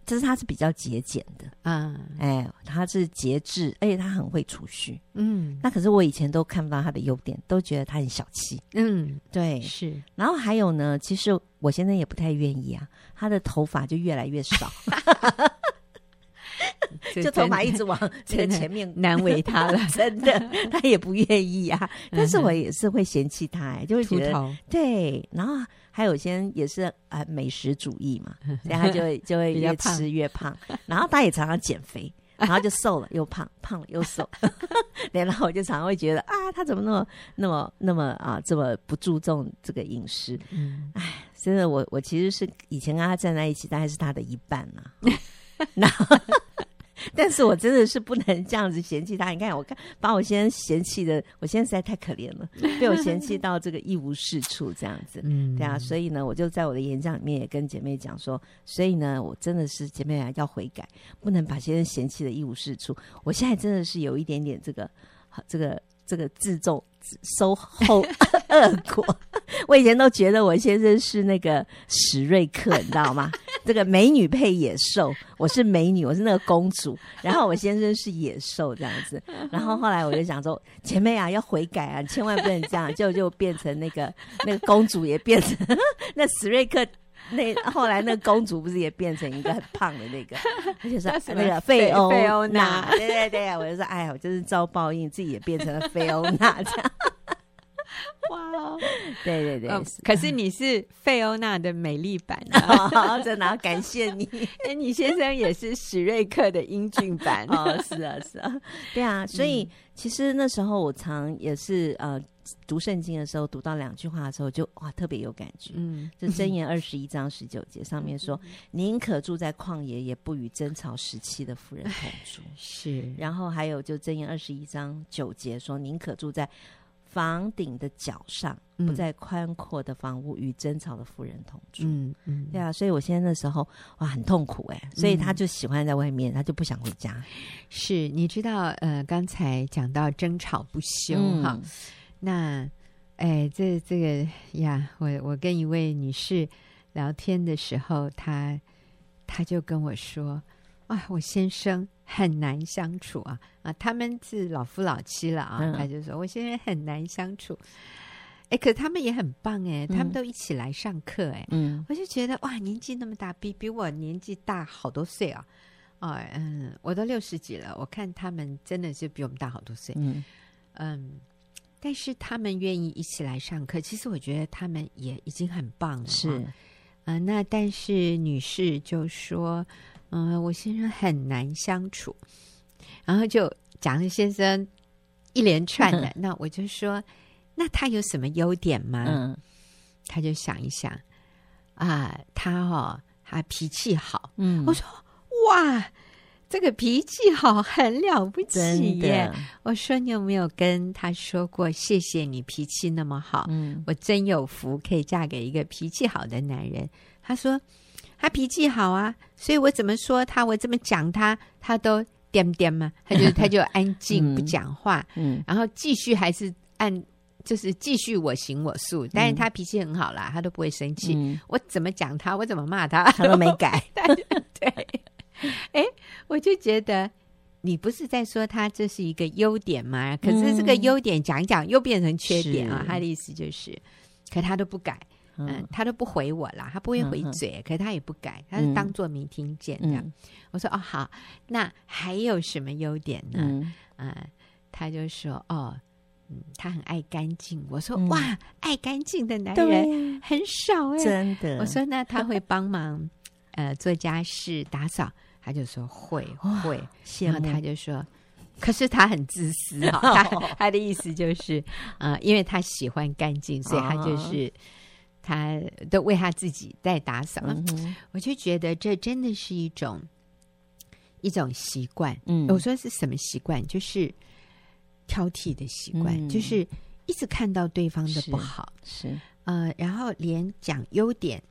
Speaker 2: 就是他是比较节俭的，
Speaker 1: 啊
Speaker 2: 哎，他是节制，而且他很会储蓄。
Speaker 1: 嗯
Speaker 2: 那可是我以前都看不到他的优点，都觉得他很小气。
Speaker 1: 嗯
Speaker 2: 对，
Speaker 1: 是
Speaker 2: 然后还有呢，其实我先生也不太愿意啊，他的头发就越来越 少，
Speaker 1: 这
Speaker 2: 就头
Speaker 1: 真
Speaker 2: 发
Speaker 1: 的
Speaker 2: 一直往这个
Speaker 1: 真的。
Speaker 2: 前面
Speaker 1: 难为他了，
Speaker 2: 真的，他也不愿意啊，但是我也是会嫌弃他、哎就会
Speaker 1: 秃
Speaker 2: 觉得
Speaker 1: 头
Speaker 2: 对。然后还有些人也是啊、呃美食主义 嘛，所以他就会就会
Speaker 1: 比较
Speaker 2: 越
Speaker 1: 胖
Speaker 2: 吃越胖。然后他也常常减 肥，然后就瘦了又胖，胖了又瘦。 对，然后我就常常会觉得啊，他怎么那么那么那么啊这么不注重这个饮食？
Speaker 1: 嗯
Speaker 2: 真的，我我其实是以前跟他站在一起，大概是他的一半啦、然后，但是我真的是不能这样子嫌弃他。你看，我看把我先生嫌弃的，我现在实在太可怜了，被我嫌弃到这个一无是处这样 子。
Speaker 1: 嗯
Speaker 2: 对啊，所以呢，我就在我的演讲里面也跟姐妹讲说，所以呢，我真的是姐妹啊要悔改，不能把先生嫌弃的一无是处。我现在真的是有一点点这个，这个这个自重自收后 恶果。我以前都觉得我先生是那个史瑞克，你知道吗？这个美女配野兽，我是美女，我是那个公主，然后我先生是野兽这样子。
Speaker 1: 嗯
Speaker 2: 然后后来我就想说，姐妹啊，要悔改啊，千万不能这样，就就变成那个那个公主也变成 那史瑞克。那后来，那公主不是也变成一个很胖的那个，而且是
Speaker 1: 叫什么
Speaker 2: 啊那个费欧
Speaker 1: 费欧
Speaker 2: 娜
Speaker 1: 娜，
Speaker 2: 对对对，我就说，哎呀，我真是遭报应，自己也变成了费欧娜这 样。
Speaker 1: 哇哦，
Speaker 2: 对 对对，
Speaker 1: 嗯
Speaker 2: 是
Speaker 1: 可是你是费欧娜的美丽版 啊，
Speaker 2: 哦，真的要感谢 你。
Speaker 1: 哎你先生也是史瑞克的英俊版
Speaker 2: 哦，是啊，是啊，对啊，所以、
Speaker 1: 嗯
Speaker 2: 其实那时候我常也是呃读圣经的时候，读到两句话的时候就，哇特别有感觉。
Speaker 1: 嗯
Speaker 2: 就箴言二十一章十九节上面说：“宁可住在旷野，也不与争吵时期的妇人同住。”
Speaker 1: 是
Speaker 2: 然后还有就箴言二十一章九节说：“宁可住在房顶的角上，不
Speaker 1: 嗯
Speaker 2: 在宽阔的房屋与争吵的妇人同住。”
Speaker 1: 嗯嗯
Speaker 2: 对啊，所以我现在那时候哇很痛苦哎、所以他就喜欢在外面，他就不想回家。
Speaker 1: 是，你知道呃，刚才讲到争吵不休哈，
Speaker 2: 嗯
Speaker 1: 那，哎，这这个呀，我我跟一位女士聊天的时候，她她就跟我说，啊，我先生很难相处啊啊，他们是老夫老妻了啊，
Speaker 2: 嗯
Speaker 1: 她就说我先生很难相处，哎，可他们也很棒哎，他们
Speaker 2: 嗯
Speaker 1: 都一起来上课哎，
Speaker 2: 嗯
Speaker 1: 我就觉得哇，年纪那么大，比比我年纪大好多岁啊。啊，嗯，我都六十几了，我看他们真的是比我们大好多岁。
Speaker 2: 嗯
Speaker 1: 嗯，但是他们愿意一起来上课，其实我觉得他们也已经很棒了啊。
Speaker 2: 是，
Speaker 1: 啊、那但是女士就说，嗯、我先生很难相处，然后就讲了先生一连串的那我就说，那他有什么优点吗？
Speaker 2: 嗯
Speaker 1: 他就想一想，啊、他哦，他脾气好，
Speaker 2: 嗯
Speaker 1: 我说哇，这个脾气好，很了不起
Speaker 2: 真
Speaker 1: 耶
Speaker 2: 的！，
Speaker 1: 我说你有没有跟他说过，谢谢你脾气那么好，
Speaker 2: 嗯，
Speaker 1: 我真有福可以嫁给一个脾气好的男人。他说他脾气好啊，所以我怎么说他，我怎么讲他，他都点点嘛，他就他就安静
Speaker 2: 嗯
Speaker 1: 不讲话，
Speaker 2: 嗯，
Speaker 1: 然后继续还是按就是继续我行我素，但是他脾气很好啦，他都不会生气。
Speaker 2: 嗯
Speaker 1: 我怎么讲他，我怎么骂他，
Speaker 2: 他都没 改，
Speaker 1: 我就觉得你不是在说他这是一个优点吗？可是这个优点讲一讲又变成缺点啊。
Speaker 2: 嗯是
Speaker 1: 他的意思就是，可他都不改，嗯、
Speaker 2: 嗯
Speaker 1: 他都不回我啦，他不会回嘴，可他也不改，他是当做没听见这样。
Speaker 2: 嗯
Speaker 1: 我说哦好，那还有什么优点呢？
Speaker 2: 嗯
Speaker 1: 啊，他就说哦，嗯，他很爱干净。我说、
Speaker 2: 嗯
Speaker 1: 哇，爱干净的男
Speaker 2: 对
Speaker 1: 人
Speaker 2: 呀，
Speaker 1: 很少哎、
Speaker 2: 真的，
Speaker 1: 我说那他会帮忙 呃做家事、打扫，他就说会会，
Speaker 2: 羡
Speaker 1: 然后
Speaker 2: 慕
Speaker 1: 他就说。可是他很自私 啊、他他的意思就是，呃，因为他喜欢干净，所以他就是、他都为他自己在打扫。
Speaker 2: 啊嗯哼
Speaker 1: 我就觉得这真的是一种一种习惯，
Speaker 2: 嗯
Speaker 1: 我说是什么习惯？就是挑剔的习惯，
Speaker 2: 嗯
Speaker 1: 就是一直看到对方的
Speaker 2: 是
Speaker 1: 不好，
Speaker 2: 是
Speaker 1: 呃，然后连讲优点，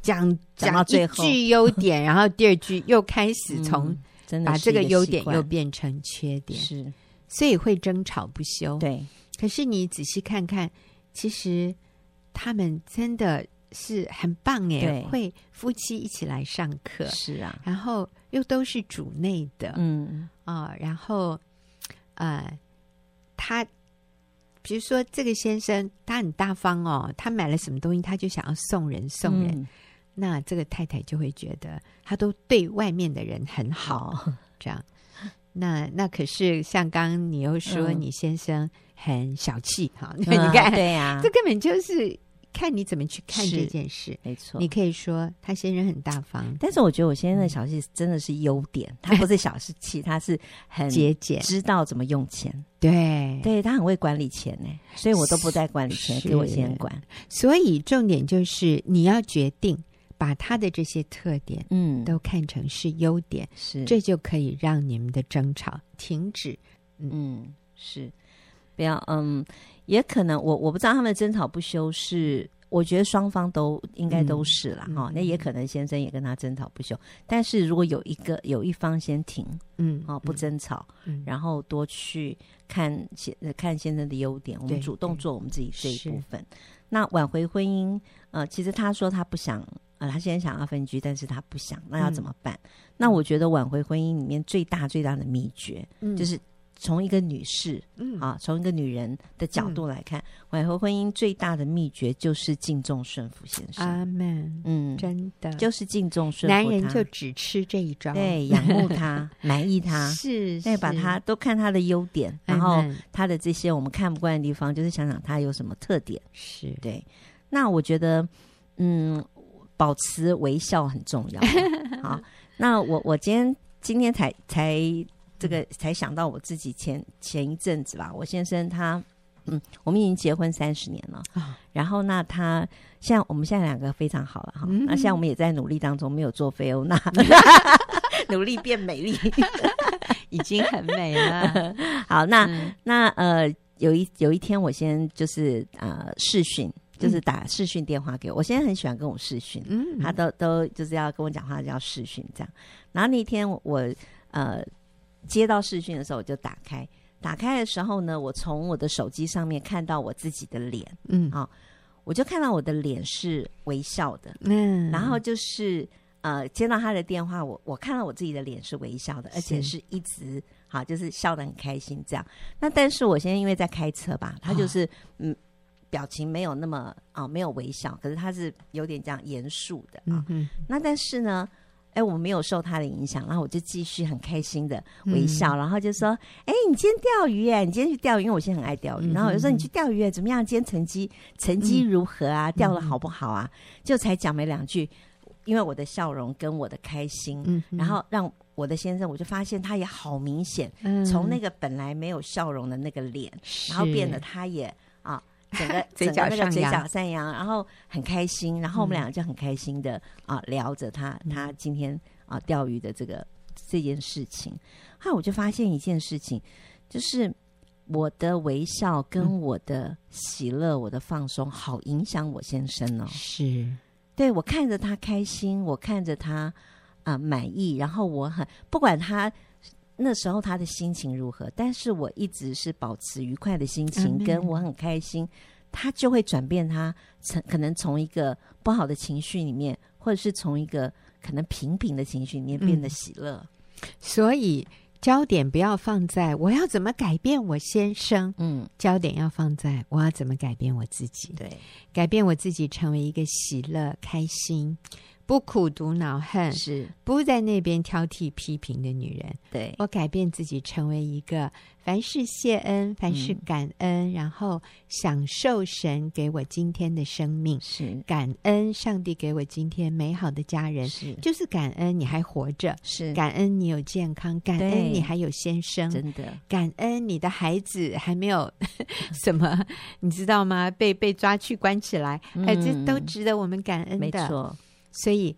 Speaker 1: 讲
Speaker 2: 讲到最
Speaker 1: 一
Speaker 2: 后
Speaker 1: 句优点，然后第二句又开始从
Speaker 2: 嗯真的
Speaker 1: 把
Speaker 2: 是
Speaker 1: 这
Speaker 2: 一个
Speaker 1: 优
Speaker 2: 习
Speaker 1: 点
Speaker 2: 惯
Speaker 1: 又变成缺点，
Speaker 2: 是
Speaker 1: 所以会争吵不休。
Speaker 2: 对，
Speaker 1: 可是你仔细看看，其实他们真的是很棒耶
Speaker 2: 对，
Speaker 1: 会夫妻一起来上课，
Speaker 2: 是啊，
Speaker 1: 然后又都是主内的，
Speaker 2: 嗯
Speaker 1: 啊、然后呃，他比如说这个先生他很大方哦，他买了什么东西他就想要送人送人，
Speaker 2: 嗯
Speaker 1: 那这个太太就会觉得他都对外面的人很好，
Speaker 2: 好，
Speaker 1: 这样。那那可是像刚刚你又说
Speaker 2: 嗯
Speaker 1: 你先生很小气哈， 你
Speaker 2: 嗯
Speaker 1: 看、
Speaker 2: 对呀
Speaker 1: 这，根本就是看你怎么去看这
Speaker 2: 是
Speaker 1: 件事。
Speaker 2: 没错
Speaker 1: 你。可以说他先生很大方、
Speaker 2: 但是我觉得我先生的小气真的是优点，他不是小气，他是很
Speaker 1: 节俭，
Speaker 2: 知道怎么用钱，
Speaker 1: 对
Speaker 2: 对他很会管理钱呢，所以我都不在管理钱，
Speaker 1: 是
Speaker 2: 给我先管。
Speaker 1: 所以重点就是你要决定把他的这些特点
Speaker 2: 嗯，
Speaker 1: 都看成是优点，
Speaker 2: 是
Speaker 1: 这就可以让你们的争吵停止。
Speaker 2: 嗯是，不要嗯，也可能我我不知道他们争吵不休是。我觉得双方都应该都是啦，
Speaker 1: 嗯
Speaker 2: 哈、
Speaker 1: 嗯
Speaker 2: 那也可能先生也跟他争吵不休，但是如果有一个有一方先停，
Speaker 1: 嗯，
Speaker 2: 哦，不
Speaker 1: 嗯，
Speaker 2: 争吵，
Speaker 1: 嗯
Speaker 2: 然后多去看先看先生的优点，我们
Speaker 1: 对
Speaker 2: 主动
Speaker 1: 对
Speaker 2: 做我们自己这一
Speaker 1: 是
Speaker 2: 部分。那挽回婚姻，呃，其实他说他不想，呃，他现在想要分居，但是他不想，那
Speaker 1: 嗯
Speaker 2: 要怎么办？那我觉得挽回婚姻里面最大最大的秘诀，
Speaker 1: 嗯
Speaker 2: 就是从一个女士
Speaker 1: 嗯
Speaker 2: 啊，从一个女人的角度来看，挽回婚姻最大的秘诀就是敬重顺服先生。
Speaker 1: 阿门，
Speaker 2: 嗯，
Speaker 1: 啊真的，
Speaker 2: 就是敬重顺服
Speaker 1: 男人
Speaker 2: 他
Speaker 1: 就只吃这一招，
Speaker 2: 对仰慕他，满意他。
Speaker 1: 是，
Speaker 2: 对，把
Speaker 1: 是哎
Speaker 2: 他都看他的优点，
Speaker 1: 阿
Speaker 2: 然后
Speaker 1: 门
Speaker 2: 他的这些我们看不惯的地方，就是想想他有什么特点。
Speaker 1: 是
Speaker 2: 对，那我觉得，嗯，保持微笑很重要。啊好，那我我今天今天才才
Speaker 1: 嗯
Speaker 2: 这个才想到我自己前前一阵子吧，我先生他，嗯，我们已经结婚三十年了，
Speaker 1: 啊，
Speaker 2: 然后那他现在我们现在两个非常好了哈，
Speaker 1: 嗯
Speaker 2: 那现在我们也在努力当中，没有做菲 欧娜， 努力变美丽。
Speaker 1: 已经 很美 了。
Speaker 2: 好，那、
Speaker 1: 嗯
Speaker 2: 那呃，有一有一天，我先就是呃视讯，就是打视讯电话给我。我现在很喜欢跟我视讯，
Speaker 1: 嗯，
Speaker 2: 他都都就是要跟我讲话，就要视讯这样。然后那天我我呃接到视讯的时候，我就打开，打开的时候呢，我从我的手机上面看到我自己的脸，
Speaker 1: 嗯
Speaker 2: 我就看到我的脸是微笑的，
Speaker 1: 嗯，
Speaker 2: 然后就是。呃，接到他的电话，我我看到我自己的脸是微笑的，而且
Speaker 1: 是
Speaker 2: 是一直好，就是笑得很开心这样。那但是我现在因为在开车吧，他
Speaker 1: 啊
Speaker 2: 就是、嗯，表情没有那么啊、没有微笑，可是他是有点这样严肃的啊、
Speaker 1: 嗯嗯
Speaker 2: 那但是呢，哎，我没有受他的影响，然后我就继续很开心的
Speaker 1: 嗯
Speaker 2: 微笑，然后就说：“哎，你今天钓鱼耶？你今天去钓鱼？因为我现在很爱钓鱼。
Speaker 1: 嗯
Speaker 2: 然后我就说：“
Speaker 1: 嗯
Speaker 2: 你去钓鱼耶怎么样？今天成绩成绩如何啊？钓的好不好啊？”就才讲没两句，因为我的笑容跟我的开心，
Speaker 1: 嗯，
Speaker 2: 然后让我的先生，我就发现他也好明显，
Speaker 1: 嗯
Speaker 2: 从那个本来没有笑容的那个脸，
Speaker 1: 是，
Speaker 2: 然后变得他也啊，整个
Speaker 1: 嘴
Speaker 2: 整
Speaker 1: 角
Speaker 2: 个那
Speaker 1: 上
Speaker 2: 个嘴
Speaker 1: 扬
Speaker 2: 角上扬，然后很开心，然后我们
Speaker 1: 嗯
Speaker 2: 两个就很开心的啊聊着他他今天啊钓鱼的这个这件事情。后来我就发现一件事情，就是我的微笑
Speaker 1: 嗯
Speaker 2: 跟我的喜乐、我的放松，好影响我先生哦。
Speaker 1: 是
Speaker 2: 对我看着他开心，我看着他啊、满意，然后我很不管他那时候他的心情如何，但是我一直是保持愉快的心情，
Speaker 1: Amen
Speaker 2: 跟我很开心，他就会转变他从可能从一个不好的情绪里面，或者是从一个可能平平的情绪里面
Speaker 1: 嗯
Speaker 2: 变得喜乐。
Speaker 1: 所以焦点不要放在我要怎么改变我先生，
Speaker 2: 嗯，
Speaker 1: 焦点要放在我要怎么改变我自己，
Speaker 2: 对，
Speaker 1: 改变我自己成为一个喜乐、开心、不苦读恼恨、
Speaker 2: 是，
Speaker 1: 不在那边挑剔批评的女人。
Speaker 2: 对，
Speaker 1: 我改变自己，成为一个凡事谢恩、凡事
Speaker 2: 嗯
Speaker 1: 感恩，然后享受神给我今天的生命，
Speaker 2: 是，
Speaker 1: 感恩上帝给我今天美好的家人，
Speaker 2: 是，
Speaker 1: 就是感恩你还活着，
Speaker 2: 是，
Speaker 1: 感恩你有健康，感恩你还有先生。
Speaker 2: 真的，
Speaker 1: 感恩你的孩子还没有 什么，你知道吗？被被抓去关起来，哎，这
Speaker 2: 嗯
Speaker 1: 都值得我们感恩的。
Speaker 2: 没错，
Speaker 1: 所以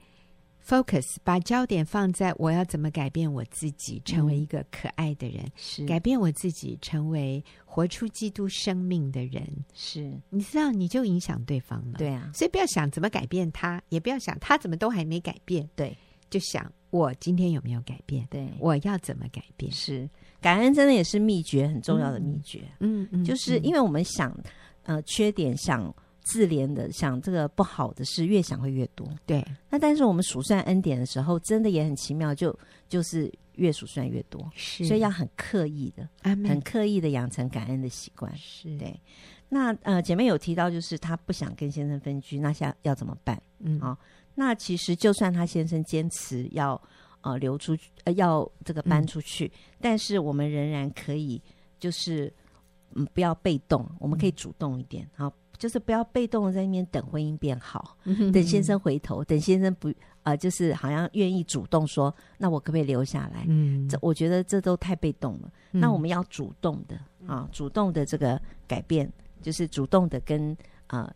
Speaker 1: focus 把焦点放在我要怎么改变我自己，成为一个可爱的人，
Speaker 2: 是，
Speaker 1: 改变我自己，成为活出基督生命的人。
Speaker 2: 是，
Speaker 1: 你知道，你就影响对方了。，
Speaker 2: 对啊，
Speaker 1: 所以不要想怎么改变他，也不要想他怎么都还没改变。
Speaker 2: 对，
Speaker 1: 就想我今天有没有改变，
Speaker 2: 对，
Speaker 1: 我要怎么改变。
Speaker 2: 是，感恩真的也是秘诀，很重要的秘诀。
Speaker 1: 嗯嗯
Speaker 2: 就是因
Speaker 1: 为
Speaker 2: 为我们想呃缺点，想自怜的，想这个不好的事，越想会越多。
Speaker 1: 对，
Speaker 2: 那但是我们数算恩典的时候，真的也很奇妙，就就是越数算越多，
Speaker 1: 是嗯
Speaker 2: 所以要很刻意的、
Speaker 1: 阿
Speaker 2: 很
Speaker 1: 门。
Speaker 2: 刻意的养成感恩的习惯。
Speaker 1: 是
Speaker 2: 对那呃，姐妹有提到，就是她不想跟先生分居，那下要怎么办？
Speaker 1: 嗯
Speaker 2: 好那其实就算她先生坚持要呃留出去，呃要这个搬
Speaker 1: 嗯
Speaker 2: 出去，但是我们仍然可以就是嗯不要被动，我们可以主动一点，好，就是不要被动的在那边等婚姻变好，
Speaker 1: 嗯
Speaker 2: 等先生回头，等先生不呃就是好像愿意主动说，那我可不可以留下来？
Speaker 1: 嗯，
Speaker 2: 这我觉得这都太被动了。
Speaker 1: 嗯
Speaker 2: 那我们要主动的啊，主动的这个改变，就是主动的跟呃，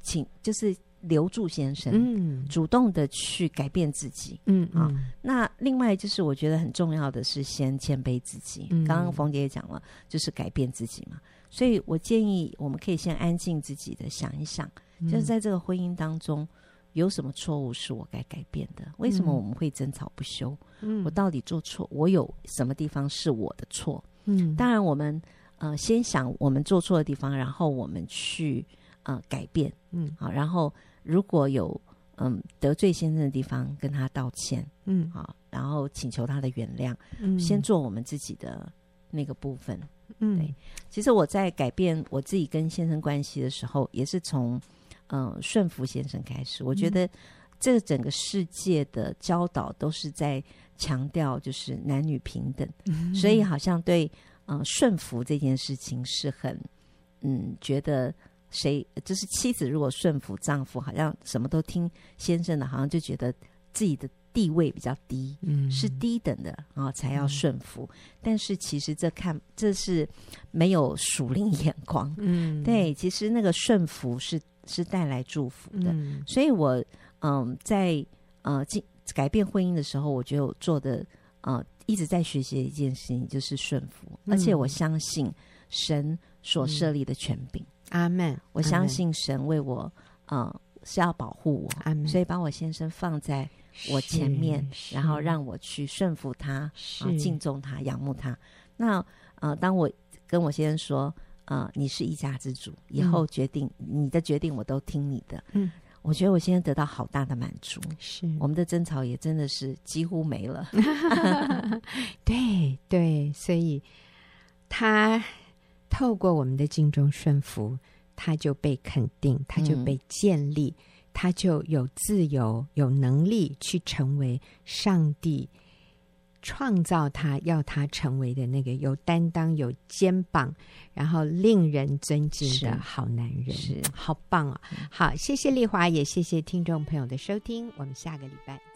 Speaker 2: 请就是留住先生，
Speaker 1: 嗯
Speaker 2: 主动的去改变自己。
Speaker 1: 嗯
Speaker 2: 啊
Speaker 1: 嗯
Speaker 2: 那另外就是我觉得很重要的是先谦卑自己。
Speaker 1: 嗯
Speaker 2: 刚刚冯姐也讲了，就是改变自己嘛。所以我建议我们可以先安静自己的想一想，
Speaker 1: 嗯
Speaker 2: 就是在这个婚姻当中。有什么错误是我该改变的？为什么
Speaker 1: 嗯
Speaker 2: 我们会争吵不休？
Speaker 1: 嗯
Speaker 2: 我到底做错？我有什么地方是我的错？
Speaker 1: 嗯
Speaker 2: 当然，我们呃先想我们做错的地方，然后我们去呃改变，
Speaker 1: 嗯
Speaker 2: 好，然后如果有嗯得罪先生的地方，跟他道歉，
Speaker 1: 嗯
Speaker 2: 好，然后请求他的原谅，
Speaker 1: 嗯
Speaker 2: 先做我们自己的那个部分。
Speaker 1: 嗯
Speaker 2: 对其实我在改变我自己跟先生关系的时候，也是从嗯、呃顺服先生开始。我觉得这整个世界的教导都是在强调就是男女平等，
Speaker 1: 嗯
Speaker 2: 所以好像对嗯、呃顺服这件事情是很嗯觉得。谁就是妻子，如果顺服丈夫，好像什么都听先生的，好像就觉得自己的地位比较低。
Speaker 1: 嗯
Speaker 2: 是低等的啊、才要
Speaker 1: 嗯
Speaker 2: 顺服。但是其实这看这是没有属灵眼光，
Speaker 1: 嗯
Speaker 2: 对，其实那个顺服是是带来祝福的。
Speaker 1: 嗯
Speaker 2: 所以我嗯在呃进改变婚姻的时候，我觉得我做的呃一直在学习的一件事情就是顺服，
Speaker 1: 嗯
Speaker 2: 而且我相信神所设立的权柄，
Speaker 1: 阿门，
Speaker 2: 我
Speaker 1: 阿
Speaker 2: 相
Speaker 1: 们
Speaker 2: 信神为我呃是要保护我，
Speaker 1: 阿门，
Speaker 2: 所以把我先生放在
Speaker 1: 以
Speaker 2: 我前面，然后让我去顺服他。啊，
Speaker 1: 是
Speaker 2: 敬重他、仰慕他。那呃，当我跟我先生说，呃，你是一家之主，以
Speaker 1: 嗯
Speaker 2: 后决定、你的决定我都听你的。
Speaker 1: 嗯，
Speaker 2: 我觉得我现在得到好大的满足，
Speaker 1: 是
Speaker 2: 我们的争吵也真的是几乎没了。
Speaker 1: 对对，所以他透过我们的敬重顺服，他就被肯定，他就
Speaker 2: 嗯
Speaker 1: 被建立，他就有自由、有能力去成为上帝创造他要他成为的那个有担当、有肩膀，然后令人尊敬
Speaker 2: 是
Speaker 1: 的好男人。
Speaker 2: 是嗯
Speaker 1: 好棒啊！好，谢谢丽华，也谢谢听众朋友的收听，我们下个礼拜见。